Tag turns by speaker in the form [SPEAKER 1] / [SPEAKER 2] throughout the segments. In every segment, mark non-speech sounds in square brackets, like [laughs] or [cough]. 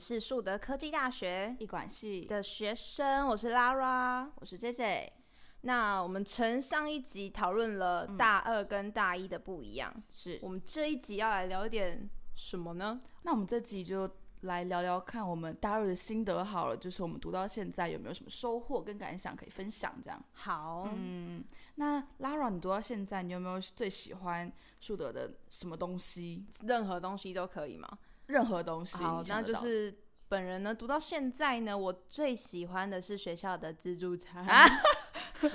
[SPEAKER 1] 是树德科技大学
[SPEAKER 2] 一管系，
[SPEAKER 1] 的学生，我是 Lara。
[SPEAKER 2] 我是 J J，
[SPEAKER 1] 那我们从上一集讨论了
[SPEAKER 2] 嗯
[SPEAKER 1] 大二跟大一的不一样，
[SPEAKER 2] 是。
[SPEAKER 1] 我们这一集要来聊点什么呢？
[SPEAKER 2] 那我们这集就来聊聊看我们大二的心得好了，就是我们读到现在有没有什么收获跟感想可以分享？这样。
[SPEAKER 1] 好，
[SPEAKER 2] 嗯，那 Lara，你读到现在，你有没有最喜欢树德的什么东西？
[SPEAKER 1] 任何东西都可以吗？
[SPEAKER 2] 任何东西？
[SPEAKER 1] 好
[SPEAKER 2] 你，想
[SPEAKER 1] 那
[SPEAKER 2] 得
[SPEAKER 1] 就
[SPEAKER 2] 到
[SPEAKER 1] 是本人呢，读到现在呢，我最喜欢的是学校的自助餐。
[SPEAKER 2] 啊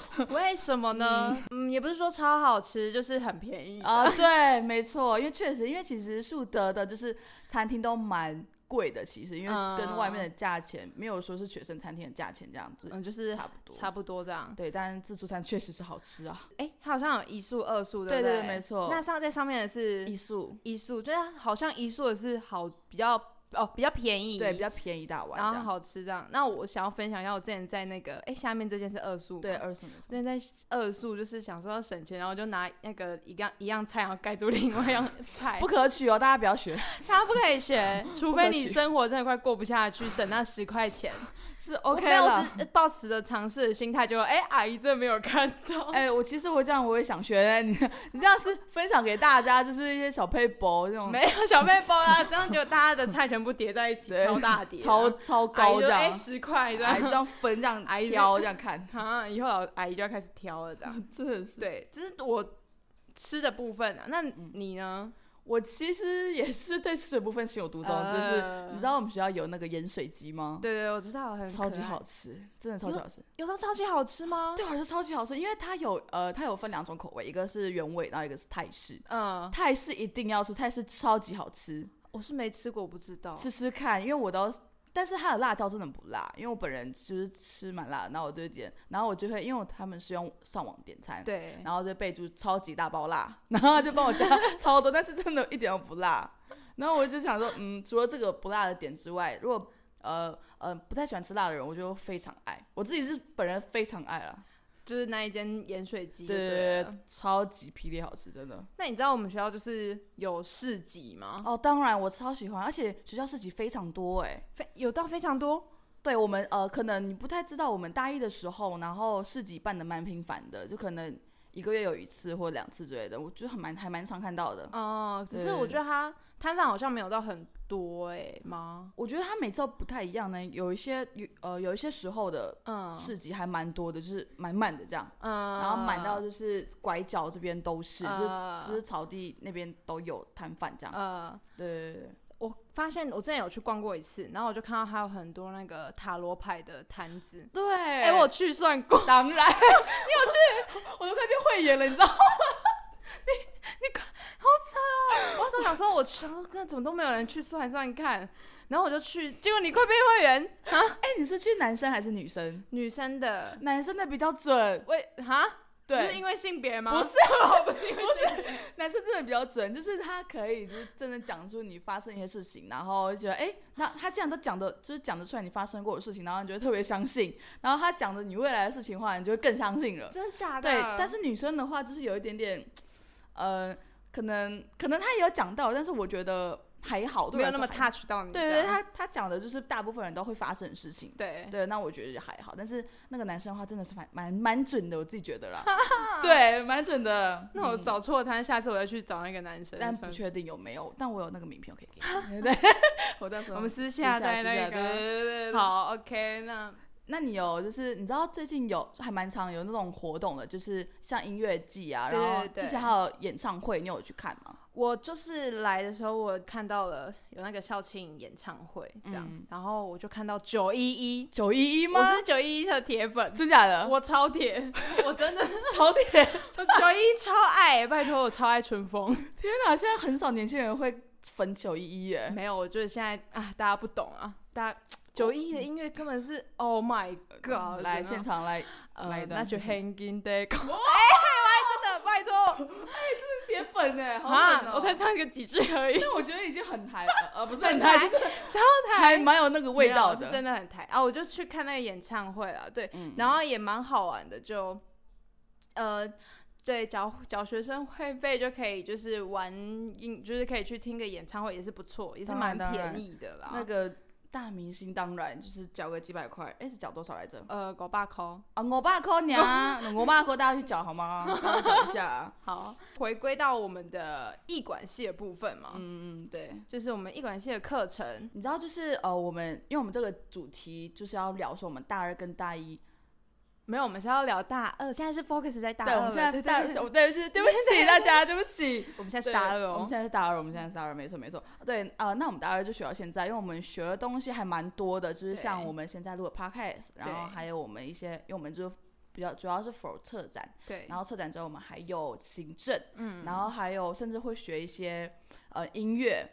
[SPEAKER 1] [laughs] 为什么呢？嗯也不是说超好吃，就是很便宜。
[SPEAKER 2] 啊、对，没错，因为确实，因为其实树德的就是餐厅都蛮贵的，其实因
[SPEAKER 1] 嗯
[SPEAKER 2] 为跟外面的价钱没有说是学生餐厅的价钱这样子，
[SPEAKER 1] 嗯，就是
[SPEAKER 2] 差不多，
[SPEAKER 1] 差不多这样。
[SPEAKER 2] 对，但是自助餐确实是好吃啊，
[SPEAKER 1] 哎、它好像有一素、二素，
[SPEAKER 2] 对
[SPEAKER 1] 不
[SPEAKER 2] 对对没错
[SPEAKER 1] 那上在上面的是
[SPEAKER 2] 艺术，
[SPEAKER 1] 一素，就是好像一素的是好比较哦，比较便宜，
[SPEAKER 2] 对，比较便宜大碗这
[SPEAKER 1] 然
[SPEAKER 2] 样，
[SPEAKER 1] 后好吃这样。那我想要分享一下，我之前在那个哎、下面这件是二素吗，
[SPEAKER 2] 对二十
[SPEAKER 1] 那在二速就是想说要省钱，然后就拿那个一样一样菜，然后盖住另外一
[SPEAKER 2] [laughs]
[SPEAKER 1] 样菜
[SPEAKER 2] 不，可取哦，大家不要 [laughs] 学，
[SPEAKER 1] 他不可
[SPEAKER 2] [laughs]
[SPEAKER 1] 以学，除非
[SPEAKER 2] 取
[SPEAKER 1] 你生活真的快过不下去，省那十块钱。
[SPEAKER 2] 是
[SPEAKER 1] 我
[SPEAKER 2] OK
[SPEAKER 1] 没有
[SPEAKER 2] 了。
[SPEAKER 1] 只呃抱持着尝试的心态，就哎、阿姨真的没有看到，
[SPEAKER 2] 哎、我其实我这样我也想学，你你这样是分享给大家，就是一些小配博这种
[SPEAKER 1] 没有小背包啦，这样就大家的菜全部叠在一起，
[SPEAKER 2] 对
[SPEAKER 1] 超大叠，
[SPEAKER 2] 超超
[SPEAKER 1] 阿姨
[SPEAKER 2] 高
[SPEAKER 1] 就
[SPEAKER 2] 这
[SPEAKER 1] 哎
[SPEAKER 2] 样，
[SPEAKER 1] 十块这
[SPEAKER 2] 哎、这
[SPEAKER 1] 样，
[SPEAKER 2] 样分这 [laughs] 样
[SPEAKER 1] 哎就
[SPEAKER 2] 挑这样看，
[SPEAKER 1] 啊，以后老阿姨就要开始挑了这样。
[SPEAKER 2] 真的是。
[SPEAKER 1] 对，这是我吃的部分啊，那
[SPEAKER 2] 嗯
[SPEAKER 1] 你呢？
[SPEAKER 2] 我其实也是对吃的部分情有独钟，就是
[SPEAKER 1] 呃
[SPEAKER 2] 你知道我们学校有那个盐水鸡吗？
[SPEAKER 1] 对对，我知道，很
[SPEAKER 2] 超级
[SPEAKER 1] 可爱
[SPEAKER 2] 好吃，真的超级好吃。
[SPEAKER 1] 有到超级好吃吗？
[SPEAKER 2] 对我来说超级好吃，因为它有呃，它有分两种口味，一个是原味，然后一个是泰式。
[SPEAKER 1] 嗯，
[SPEAKER 2] 泰式一定要吃，泰式超级好吃，
[SPEAKER 1] 我是没吃过，我不知道。
[SPEAKER 2] 吃吃看，因为我都。但是它的辣椒真的不辣，因为我本人就是吃蛮辣的，然后我就点，然后我就会，因为他们是用上网点餐，
[SPEAKER 1] 对，
[SPEAKER 2] 然后就备注超级大包辣， [laughs] 然后就帮我加超多，但是真的一点都不辣。 [laughs] 然后我就想说，嗯，除了这个不辣的点之外，如果呃呃不太喜欢吃辣的人，我就非常爱，我自己是本人非常爱啦，
[SPEAKER 1] 就是那一间盐水鸡。
[SPEAKER 2] 对对对对，超级霹雳好吃，真的。
[SPEAKER 1] 那你知道我们学校就是有市集吗？
[SPEAKER 2] 哦，当然我超喜欢，而且学校市集非常多哎、
[SPEAKER 1] 非有到非常多。
[SPEAKER 2] 对我们呃，可能你不太知道，我们大一的时候，然后市集办的蛮频繁的，就可能一个月有一次或两次之类的，我觉得很蛮还蛮常看到的。
[SPEAKER 1] 哦，只是
[SPEAKER 2] 对
[SPEAKER 1] 我觉得它摊贩好像没有到很多哎吗？
[SPEAKER 2] 我觉得它每次都不太一样呢，有一些有呃有一些时候的
[SPEAKER 1] 嗯
[SPEAKER 2] 市集还蛮多的，就是满满的这样，
[SPEAKER 1] 嗯，
[SPEAKER 2] 然后满到就是拐角这边都是，
[SPEAKER 1] 呃
[SPEAKER 2] 就就是草地那边都有摊贩这样。
[SPEAKER 1] 呃，
[SPEAKER 2] 对对对
[SPEAKER 1] 我发现我之前有去逛过一次，然后我就看到还有很多那个塔罗牌的摊子。
[SPEAKER 2] 对，哎
[SPEAKER 1] 哎、我 [laughs] 去算过，
[SPEAKER 2] 当然， [laughs] 你有去， [laughs] 我都快变会员了，你知道 [laughs] 吗？
[SPEAKER 1] 我那时候想说，我想说那怎么都没有人去算算看，然后我就去，结果你快被会员
[SPEAKER 2] 哎，你是去男生还是女生？
[SPEAKER 1] 女生的，
[SPEAKER 2] 男生的比较准，
[SPEAKER 1] 喂哈，
[SPEAKER 2] 对
[SPEAKER 1] 是因为性别吗？
[SPEAKER 2] 不
[SPEAKER 1] 是，
[SPEAKER 2] 是
[SPEAKER 1] 不是
[SPEAKER 2] [laughs]
[SPEAKER 1] 因为性别。
[SPEAKER 2] 男生真的比较准，就是他可以就是真的讲出你发生一些事情，然后就觉得哎、诶那他这样都讲的，就是讲得出来你发生过的事情，然后你就会特别相信，然后他讲的你未来的事情的话，你就会更相信了。
[SPEAKER 1] 真的啊假的？
[SPEAKER 2] 对，但是女生的话就是有一点点，呃，可能可能他也有讲到，但是我觉得还好，对
[SPEAKER 1] 没
[SPEAKER 2] 我
[SPEAKER 1] 有
[SPEAKER 2] 来
[SPEAKER 1] 那
[SPEAKER 2] 说
[SPEAKER 1] 么
[SPEAKER 2] 还好。
[SPEAKER 1] touch 到你这
[SPEAKER 2] 对
[SPEAKER 1] 样。
[SPEAKER 2] 对，他他讲的就是大部分人都会发生的事情。
[SPEAKER 1] 对
[SPEAKER 2] 对，那我觉得还好，但是那个男生的话真的是蛮蛮蛮准的，我自己觉
[SPEAKER 1] [laughs]
[SPEAKER 2] 得啦，对，蛮准的。
[SPEAKER 1] 那我
[SPEAKER 2] 嗯
[SPEAKER 1] 找错摊，下次我要去找那个男生。
[SPEAKER 2] 但不
[SPEAKER 1] 算
[SPEAKER 2] 确定有没有，但我有那个名片，我可以给
[SPEAKER 1] [laughs]
[SPEAKER 2] 你。对， [laughs] 我到时候
[SPEAKER 1] 我们私下再那
[SPEAKER 2] 私下对
[SPEAKER 1] 个。
[SPEAKER 2] 对对对。
[SPEAKER 1] 好，OK，那
[SPEAKER 2] 那你有就是你知道最近有还蛮常有那种活动的，就是像音乐季啊，
[SPEAKER 1] 对对
[SPEAKER 2] 然后
[SPEAKER 1] 对
[SPEAKER 2] 之前还有演唱会，你有去看吗？
[SPEAKER 1] 我就是来的时候，我看到了有那个校庆演唱会这样，
[SPEAKER 2] 嗯
[SPEAKER 1] 然后我就看到九一一，
[SPEAKER 2] 九一一
[SPEAKER 1] 我
[SPEAKER 2] 吗？
[SPEAKER 1] 是九一一的铁粉，
[SPEAKER 2] 真假的？
[SPEAKER 1] 我超铁， [laughs] 我真的
[SPEAKER 2] [laughs] 超铁！
[SPEAKER 1] 我九一超爱，拜托我超爱
[SPEAKER 2] [laughs]
[SPEAKER 1] 春风。
[SPEAKER 2] 天哪，现在很少年轻人会粉九一一
[SPEAKER 1] [laughs]
[SPEAKER 2] 耶。
[SPEAKER 1] 没有，我觉得现在啊，大家不懂啊，大家九一的音乐根本是 Oh my God！
[SPEAKER 2] 嗯来
[SPEAKER 1] 真的
[SPEAKER 2] 现场来来
[SPEAKER 1] 呃，
[SPEAKER 2] 一段
[SPEAKER 1] 那就
[SPEAKER 2] 谢谢
[SPEAKER 1] Hanging [laughs] Day。哎，来真的，拜托
[SPEAKER 2] 铁粉哎，好狠
[SPEAKER 1] 啊！
[SPEAKER 2] 哦
[SPEAKER 1] 我才唱个几句而已，
[SPEAKER 2] 但我觉得已经很台了，呃，不是很台，就是
[SPEAKER 1] 超
[SPEAKER 2] 还蛮有那个味道
[SPEAKER 1] 没有
[SPEAKER 2] 的。
[SPEAKER 1] 是真的很台啊！我就去看那个演唱会了，对，
[SPEAKER 2] 嗯
[SPEAKER 1] 然后也蛮好玩的，就呃。对，缴缴学生会费就可以，就是玩音，就是可以去听个演唱会，也是不错，也是
[SPEAKER 2] 当
[SPEAKER 1] 蛮
[SPEAKER 2] 然当然
[SPEAKER 1] 便宜的啦。
[SPEAKER 2] 那个大明星当然就是缴个几百块，哎，是缴多少来着？
[SPEAKER 1] 呃，狗爸抠。
[SPEAKER 2] 啊，我爸扣你啊， [laughs] 我爸扣大家去缴好吗？大家缴一下
[SPEAKER 1] [laughs]
[SPEAKER 2] 啊。
[SPEAKER 1] 好，回归到我们的艺管系的部分嘛，
[SPEAKER 2] 嗯嗯，对。
[SPEAKER 1] 就是我们艺管系的课程，
[SPEAKER 2] 你知道，就是呃，我们因为我们这个主题就是要聊说我们大二跟大一，
[SPEAKER 1] 没有，我们是要聊大二，现在是 focus 在大二
[SPEAKER 2] 对，
[SPEAKER 1] 了，
[SPEAKER 2] 我们现在
[SPEAKER 1] 对
[SPEAKER 2] 大二，
[SPEAKER 1] 对对
[SPEAKER 2] 我对对对不起大家，对不起，
[SPEAKER 1] 我们现在是
[SPEAKER 2] 对
[SPEAKER 1] 大二
[SPEAKER 2] 我们
[SPEAKER 1] 哦，
[SPEAKER 2] 现在是大二，我们现在是大二，没错没错。对，呃，那我们大二就学到现在，因为我们学的东西还蛮多的，就是
[SPEAKER 1] 对
[SPEAKER 2] 像我们现在录的 podcast，然后
[SPEAKER 1] 对
[SPEAKER 2] 还有我们一些，因为我们就是比较主要是 for 策展，
[SPEAKER 1] 对，
[SPEAKER 2] 然后策展之后我们还有行政，
[SPEAKER 1] 嗯
[SPEAKER 2] 然后还有甚至会学一些呃音乐，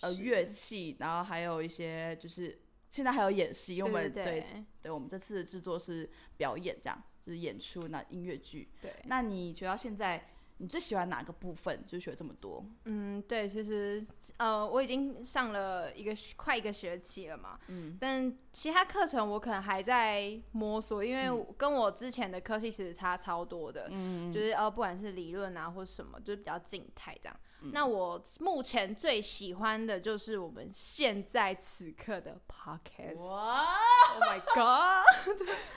[SPEAKER 2] 呃
[SPEAKER 1] 是
[SPEAKER 2] 乐器，然后还有一些就是现在还有演戏，因为我们
[SPEAKER 1] 对
[SPEAKER 2] 对
[SPEAKER 1] 对
[SPEAKER 2] 对，我们这次的制作是表演，这样就是演出那音乐剧。
[SPEAKER 1] 对
[SPEAKER 2] 那你学到现在，你最喜欢哪个部分？就学这么多，
[SPEAKER 1] 嗯，对，其实呃，我已经上了一个学快一个学期了嘛，
[SPEAKER 2] 嗯，
[SPEAKER 1] 但其他课程我可能还在摸索，因为
[SPEAKER 2] 嗯
[SPEAKER 1] 我跟我之前的科系其实差超多的，
[SPEAKER 2] 嗯
[SPEAKER 1] 就是呃，不管是理论啊或什么，就是比较静态这样。
[SPEAKER 2] 嗯
[SPEAKER 1] 那我目前最喜欢的就是我们现在此刻的 podcast。
[SPEAKER 2] 哇！
[SPEAKER 1] Oh my god！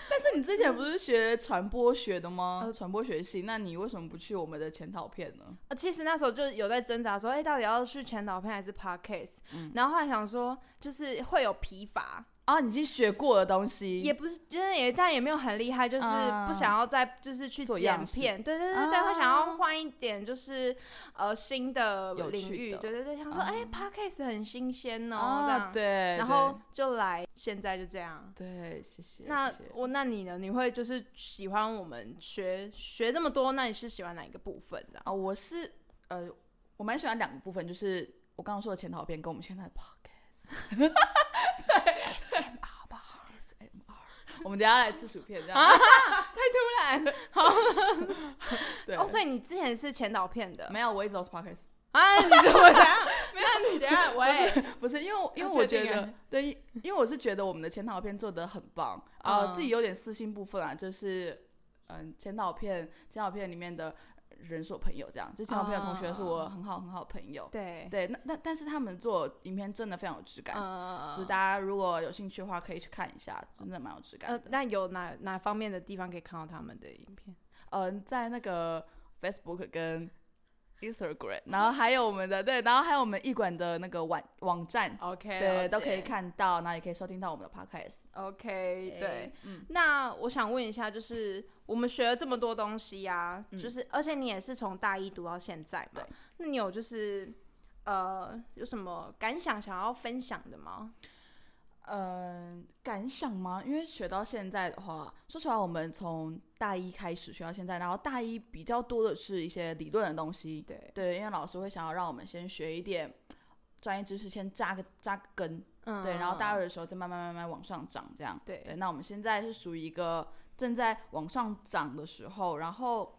[SPEAKER 2] 但是你之前不是学传播学的吗？
[SPEAKER 1] 呃
[SPEAKER 2] 传播学系，那你为什么不去我们的前导片呢？
[SPEAKER 1] [laughs] 呃其实那时候就有在挣扎说，哎、到底要去前导片还是 podcast？、然
[SPEAKER 2] 嗯
[SPEAKER 1] 后后来想说，就是会有疲乏，
[SPEAKER 2] 啊，你已经学过的东西，
[SPEAKER 1] 也不是，就是也但也没有很厉害，就是
[SPEAKER 2] 啊
[SPEAKER 1] 不想要再就是去
[SPEAKER 2] 做
[SPEAKER 1] 剪
[SPEAKER 2] 样式
[SPEAKER 1] 片，对对对对，会想要
[SPEAKER 2] 啊
[SPEAKER 1] 换一点就是呃新的
[SPEAKER 2] 有
[SPEAKER 1] 领
[SPEAKER 2] 趣
[SPEAKER 1] 域，
[SPEAKER 2] 的
[SPEAKER 1] 对对对，想说
[SPEAKER 2] 啊
[SPEAKER 1] 哎，podcast 很新鲜哦，这
[SPEAKER 2] 啊，
[SPEAKER 1] 样，
[SPEAKER 2] 对，
[SPEAKER 1] 然
[SPEAKER 2] 对
[SPEAKER 1] 后就来，现在就这样。
[SPEAKER 2] 对，谢谢。
[SPEAKER 1] 那
[SPEAKER 2] 谢谢
[SPEAKER 1] 我那你呢？你会就是喜欢我们学学这么多，那你是喜欢哪一个部分的？
[SPEAKER 2] 啊，我是呃，我蛮喜欢两个部分，就是我刚刚说的前导片跟我们现在的 podcast，对，SMR 吧，SMR，我们等一下来吃薯片这样。
[SPEAKER 1] 啊太突然，
[SPEAKER 2] 对，
[SPEAKER 1] 哦，所以你之前是前导片的
[SPEAKER 2] 没有，我一直都是 podcast，
[SPEAKER 1] 啊？你怎么样？
[SPEAKER 2] [laughs]
[SPEAKER 1] 那你等 [laughs] 一下喂，
[SPEAKER 2] 不是因为因为
[SPEAKER 1] 要
[SPEAKER 2] 我
[SPEAKER 1] 确
[SPEAKER 2] 觉
[SPEAKER 1] 定
[SPEAKER 2] 得
[SPEAKER 1] 啊
[SPEAKER 2] 对，因为我是觉得我们的前导片做的很棒啊、
[SPEAKER 1] 嗯
[SPEAKER 2] 自己有点私心部分啊，就是嗯，前导片前导片里面的人是我朋友这样，就前导片的同学是我
[SPEAKER 1] 嗯
[SPEAKER 2] 很好很好的朋友。
[SPEAKER 1] 对，
[SPEAKER 2] 对，那那但是他们做影片真的非常有质感，
[SPEAKER 1] 嗯
[SPEAKER 2] 就大家如果有兴趣的话，可以去看一下，真的蛮有质感
[SPEAKER 1] 呃
[SPEAKER 2] 的，。
[SPEAKER 1] 那有哪哪方面的地方可以看到他们的影
[SPEAKER 2] [laughs]
[SPEAKER 1] 片？
[SPEAKER 2] 嗯、在那个 Facebook 跟 Instagram，然后还有我们的对，然后还有我们艺馆的那个网网站，
[SPEAKER 1] OK，
[SPEAKER 2] 对，都可以。看到，然后也可以收听到我们的 Podcast。
[SPEAKER 1] OK，对。，
[SPEAKER 2] 嗯，
[SPEAKER 1] 那我想问一下，就是我们学了这么多东西呀、
[SPEAKER 2] 嗯
[SPEAKER 1] 就是而且你也是从大一读到现在嘛
[SPEAKER 2] 对，
[SPEAKER 1] 那你有就是呃有什么感想想要分享的吗？
[SPEAKER 2] 嗯、感想吗？因为学到现在的话，说实话，我们从大一开始学到现在，然后大一比较多的是一些理论的东西，
[SPEAKER 1] 对，
[SPEAKER 2] 对，因为老师会想要让我们先学一点专业知识，先扎个扎个根，
[SPEAKER 1] 嗯
[SPEAKER 2] 对，然后大二的时候再慢慢慢慢往上涨，这样。
[SPEAKER 1] 对
[SPEAKER 2] 那我们现在是属于一个正在往上涨的时候，然后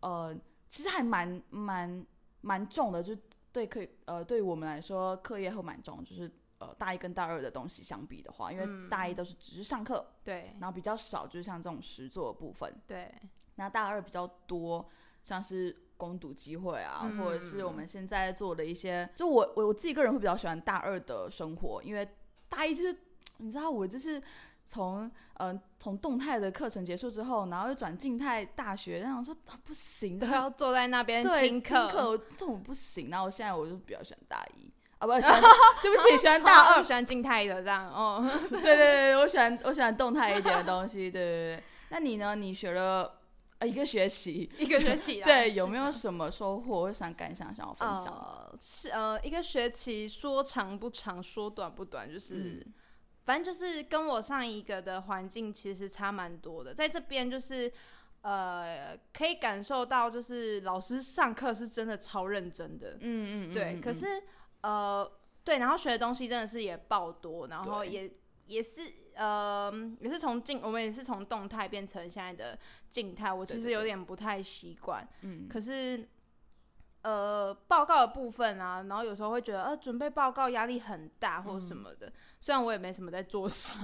[SPEAKER 2] 呃，其实还蛮蛮蛮重的，就是对课呃对于我们来说，课业会蛮重，就是。呃，大一跟大二的东西相比的话，因为大一都是只是上课，
[SPEAKER 1] 对
[SPEAKER 2] 然后比较少就是像这种实作的部分， [laughs]
[SPEAKER 1] 对
[SPEAKER 2] 那大二比较多，像是攻读机会啊，
[SPEAKER 1] 嗯
[SPEAKER 2] 或者是我们现在做的一些，就我我我自己个人会比较喜欢大二的生活，因为大一就是你知道我就是从嗯、呃从动态的课程结束之后，然后又转静态大学，然后我说、啊、不行，
[SPEAKER 1] 都
[SPEAKER 2] 就是
[SPEAKER 1] 要坐在那边
[SPEAKER 2] 对
[SPEAKER 1] 听
[SPEAKER 2] 课
[SPEAKER 1] 课。
[SPEAKER 2] 我
[SPEAKER 1] [laughs]
[SPEAKER 2] 这种不行，然后现在我就比较喜欢大一。啊，不，喜欢对不起，喜欢
[SPEAKER 1] [laughs]
[SPEAKER 2] 大二 [laughs]
[SPEAKER 1] 哦，喜欢静态的这样哦。 [laughs]
[SPEAKER 2] 对对对，我喜欢我喜欢动态一点的东西，对对对。那你呢？你学了呃一个学期，
[SPEAKER 1] 一个学期啦
[SPEAKER 2] 对，
[SPEAKER 1] [laughs] 是
[SPEAKER 2] 有没有什么收获或想感想想要分享的？
[SPEAKER 1] 呃，是呃，一个学期说长不长，说短不短，就是、
[SPEAKER 2] 嗯
[SPEAKER 1] 反正就是跟我上一个的环境其实差蛮多的，在这边就是。呃，可以感受到，就是老师上课是真的超认真的，
[SPEAKER 2] 嗯嗯，
[SPEAKER 1] 对。
[SPEAKER 2] 嗯
[SPEAKER 1] 可
[SPEAKER 2] 嗯
[SPEAKER 1] 是呃，对，然后学的东西真的是也爆多，然后
[SPEAKER 2] 对
[SPEAKER 1] 也也是呃，也是从静，我们也是从动态变成现在的静态，我
[SPEAKER 2] 对对
[SPEAKER 1] 其实有
[SPEAKER 2] 对
[SPEAKER 1] 点不太习惯。
[SPEAKER 2] 嗯
[SPEAKER 1] 可是，呃报告的部分啊，然后有时候会觉得呃准备报告压力很大或者什么
[SPEAKER 2] 嗯
[SPEAKER 1] 的。虽然我也没什么在
[SPEAKER 2] [laughs]
[SPEAKER 1] 做事，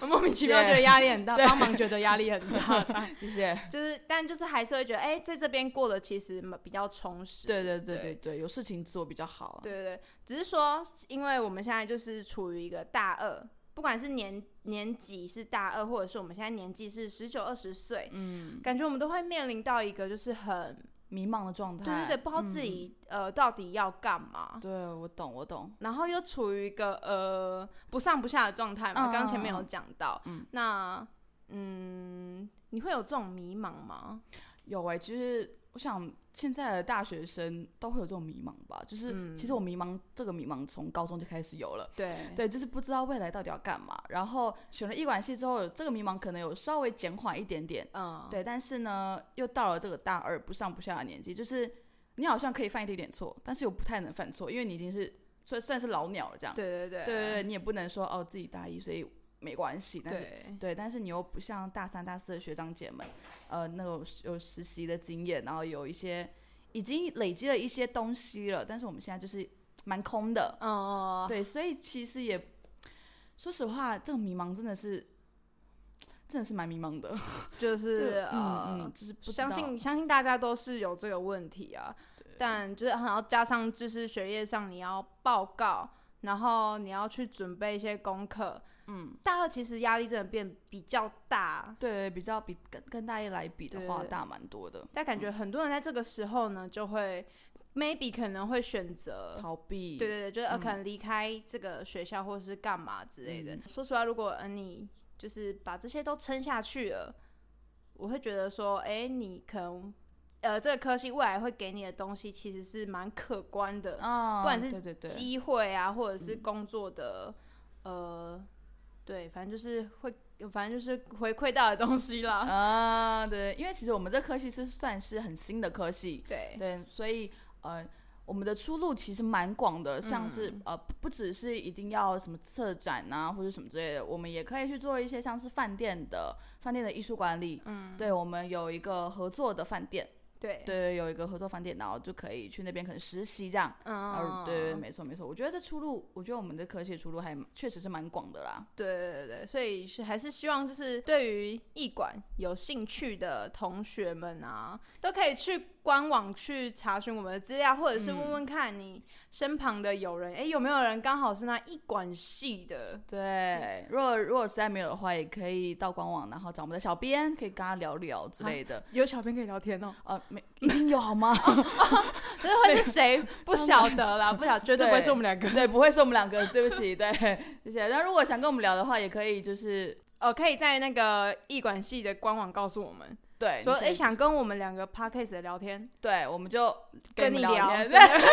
[SPEAKER 1] 我莫名其妙
[SPEAKER 2] 对
[SPEAKER 1] 觉得压力很
[SPEAKER 2] [laughs]
[SPEAKER 1] 大，
[SPEAKER 2] 对
[SPEAKER 1] 帮忙觉得压力很
[SPEAKER 2] [laughs]
[SPEAKER 1] 大，这样
[SPEAKER 2] 谢谢。
[SPEAKER 1] 就是但就是还是会觉得哎、在这边过得其实蛮比较充实。
[SPEAKER 2] 对对对
[SPEAKER 1] 对
[SPEAKER 2] 对对，有事情做比较好啊。
[SPEAKER 1] 对对对，只是说，因为我们现在就是处于一个大二，不管是年年级是大二，或者是我们现在年纪是十九二十岁，嗯，感觉我们都会面临到一个就是很
[SPEAKER 2] 迷茫的状态。
[SPEAKER 1] 对对对，不知道自己、呃到底要干嘛
[SPEAKER 2] 嗯。，对我懂，我懂。
[SPEAKER 1] 然后又处于一个呃不上不下的状态嘛，
[SPEAKER 2] 嗯
[SPEAKER 1] 刚、前面
[SPEAKER 2] 嗯
[SPEAKER 1] 有讲到，
[SPEAKER 2] 嗯
[SPEAKER 1] 那嗯，你会有这种迷茫吗？
[SPEAKER 2] 有哎、其实我想现在的大学生都会有这种迷茫吧，就是、
[SPEAKER 1] 嗯
[SPEAKER 2] 其实我迷茫这个迷茫从高中就开始有了。
[SPEAKER 1] 对
[SPEAKER 2] 对，就是不知道未来到底要干嘛。然后选了一管系之后，这个迷茫可能有稍微减缓一点点，
[SPEAKER 1] 嗯，
[SPEAKER 2] 对。但是呢，又到了这个大二不上不下的年纪，就是你好像可以犯一点点错，但是又不太能犯错，因为你已经是算算是老鸟了这样。
[SPEAKER 1] 对对对
[SPEAKER 2] 对对对，你也不能说哦自己大一所以没关系，但是
[SPEAKER 1] 对
[SPEAKER 2] 对，但是你又不像大三、大四的学长姐们，呃，那种有实习的经验，然后有一些已经累积了一些东西了，但是我们现在就是蛮空的，
[SPEAKER 1] 嗯，
[SPEAKER 2] 对，所以其实也说实话，这种迷茫真的是真的是蛮迷茫的，这
[SPEAKER 1] 就是
[SPEAKER 2] 个
[SPEAKER 1] 呃
[SPEAKER 2] 嗯嗯，就是不知
[SPEAKER 1] 相
[SPEAKER 2] 道
[SPEAKER 1] 信相信大家都是有这个问题啊，但就是然后加上就是学业上你要报告，然后你要去准备一些功课，嗯，大二其实压力真的变比较大，
[SPEAKER 2] 对比较比跟跟大一来比的话
[SPEAKER 1] 对
[SPEAKER 2] 大蛮多的，
[SPEAKER 1] 但感觉很多人在这个时候呢，就会 maybe 可能会选择
[SPEAKER 2] 逃避，
[SPEAKER 1] 对对对，就是呃，
[SPEAKER 2] 嗯
[SPEAKER 1] 可能离开这个学校或者是干嘛之类的。说实话，如果、呃、你就是把这些都撑下去了，我会觉得说，哎，你可能呃，这个科系未来会给你的东西其实是蛮可观的，
[SPEAKER 2] 啊，
[SPEAKER 1] 不管是
[SPEAKER 2] 对对嗯对，
[SPEAKER 1] 机会啊，或者是工作的、呃，对，反正就是会，反正就是回馈到的东西啦。
[SPEAKER 2] 啊，对，因为其实我们这科系是算是很新的科系，
[SPEAKER 1] 对
[SPEAKER 2] 对，所以呃，我们的出路其实蛮广的，像是、
[SPEAKER 1] 嗯
[SPEAKER 2] 呃，不不只是一定要什么策展啊或者什么之类的，我们也可以去做一些像是饭店的饭店的艺术管理，嗯，对，我们有一个合作的饭店，
[SPEAKER 1] 对，
[SPEAKER 2] 对，有一个合作饭店，然后就可以去那边可能实习这样。
[SPEAKER 1] 嗯
[SPEAKER 2] 啊，，对对，没错没错，我觉得这出路，我觉得我们的科系的出路还确实是蛮广的啦。
[SPEAKER 1] 对对对，所以是还是希望就是对于艺馆有兴趣的同学们啊，都可以去官网去查询我们的资料，或者是问问看你身旁的友人，哎、有没有人刚好是那艺馆系的？
[SPEAKER 2] 对，嗯如果如果实在没有的话，也可以到官网，然后找我们的小编，可以跟他聊聊之类的。
[SPEAKER 1] [laughs] 有小编可以聊天 [laughs] 哦，
[SPEAKER 2] 呃，没一定有好吗？
[SPEAKER 1] 可是会是 [laughs] 谁不晓得啦，不晓绝对不会是我们两
[SPEAKER 2] [laughs]
[SPEAKER 1] 个。
[SPEAKER 2] 对，不会是我们两个，对不起，对， [laughs] 谢谢。那如果想跟我们聊的话，也可以，就是
[SPEAKER 1] 哦，可以在那个艺馆系的官网告诉我们，
[SPEAKER 2] 对，
[SPEAKER 1] 说
[SPEAKER 2] 你可
[SPEAKER 1] 哎、
[SPEAKER 2] 以
[SPEAKER 1] 诶，想跟我们两个 podcast 的聊天，
[SPEAKER 2] 对，我们就
[SPEAKER 1] 跟
[SPEAKER 2] 你
[SPEAKER 1] 你
[SPEAKER 2] 们聊天。
[SPEAKER 1] 对
[SPEAKER 2] 对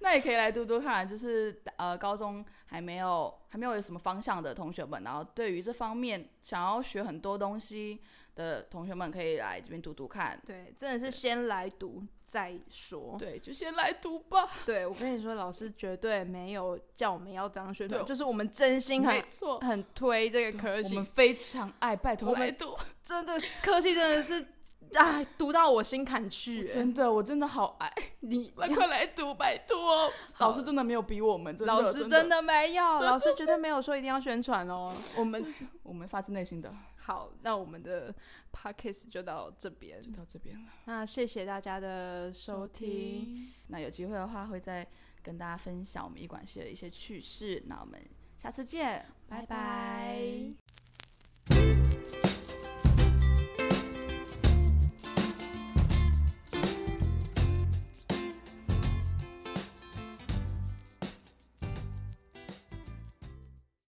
[SPEAKER 2] 那也可以来读读看，就是呃，高中还没有还没有什么方向的同学们，然后对于这方面想要学很多东西的同学们，可以来这边读读看。
[SPEAKER 1] [laughs] 对，真的是先来读再说。
[SPEAKER 2] 对，就先来读吧。
[SPEAKER 1] 对，我跟你说，老师绝对没有叫我们要这样宣传，
[SPEAKER 2] 对
[SPEAKER 1] 就是我们真心
[SPEAKER 2] 没
[SPEAKER 1] 很
[SPEAKER 2] 错，
[SPEAKER 1] 很推这个科
[SPEAKER 2] 我
[SPEAKER 1] 系
[SPEAKER 2] 们，非常爱，拜
[SPEAKER 1] 我
[SPEAKER 2] 托
[SPEAKER 1] 们
[SPEAKER 2] 来读。
[SPEAKER 1] 真的是科系真的是，哎，读到我心坎去。哎
[SPEAKER 2] 真的，我真的好 [laughs] 爱，
[SPEAKER 1] 你
[SPEAKER 2] 来快来读，拜
[SPEAKER 1] [laughs]
[SPEAKER 2] 托！
[SPEAKER 1] 好
[SPEAKER 2] 老师真的没有逼我们，真的
[SPEAKER 1] 老师
[SPEAKER 2] 真
[SPEAKER 1] 真，的没有，
[SPEAKER 2] [laughs]
[SPEAKER 1] 老师绝对没有说一定要宣传哦。我们
[SPEAKER 2] 我们发自内心的
[SPEAKER 1] 好，那我们的 podcast 就到这边
[SPEAKER 2] 就，到这边了。
[SPEAKER 1] 那谢谢大家的收听，，
[SPEAKER 2] 那有机会的话会再跟大家分享我们医管系的一些趣事。那我们下次见，拜拜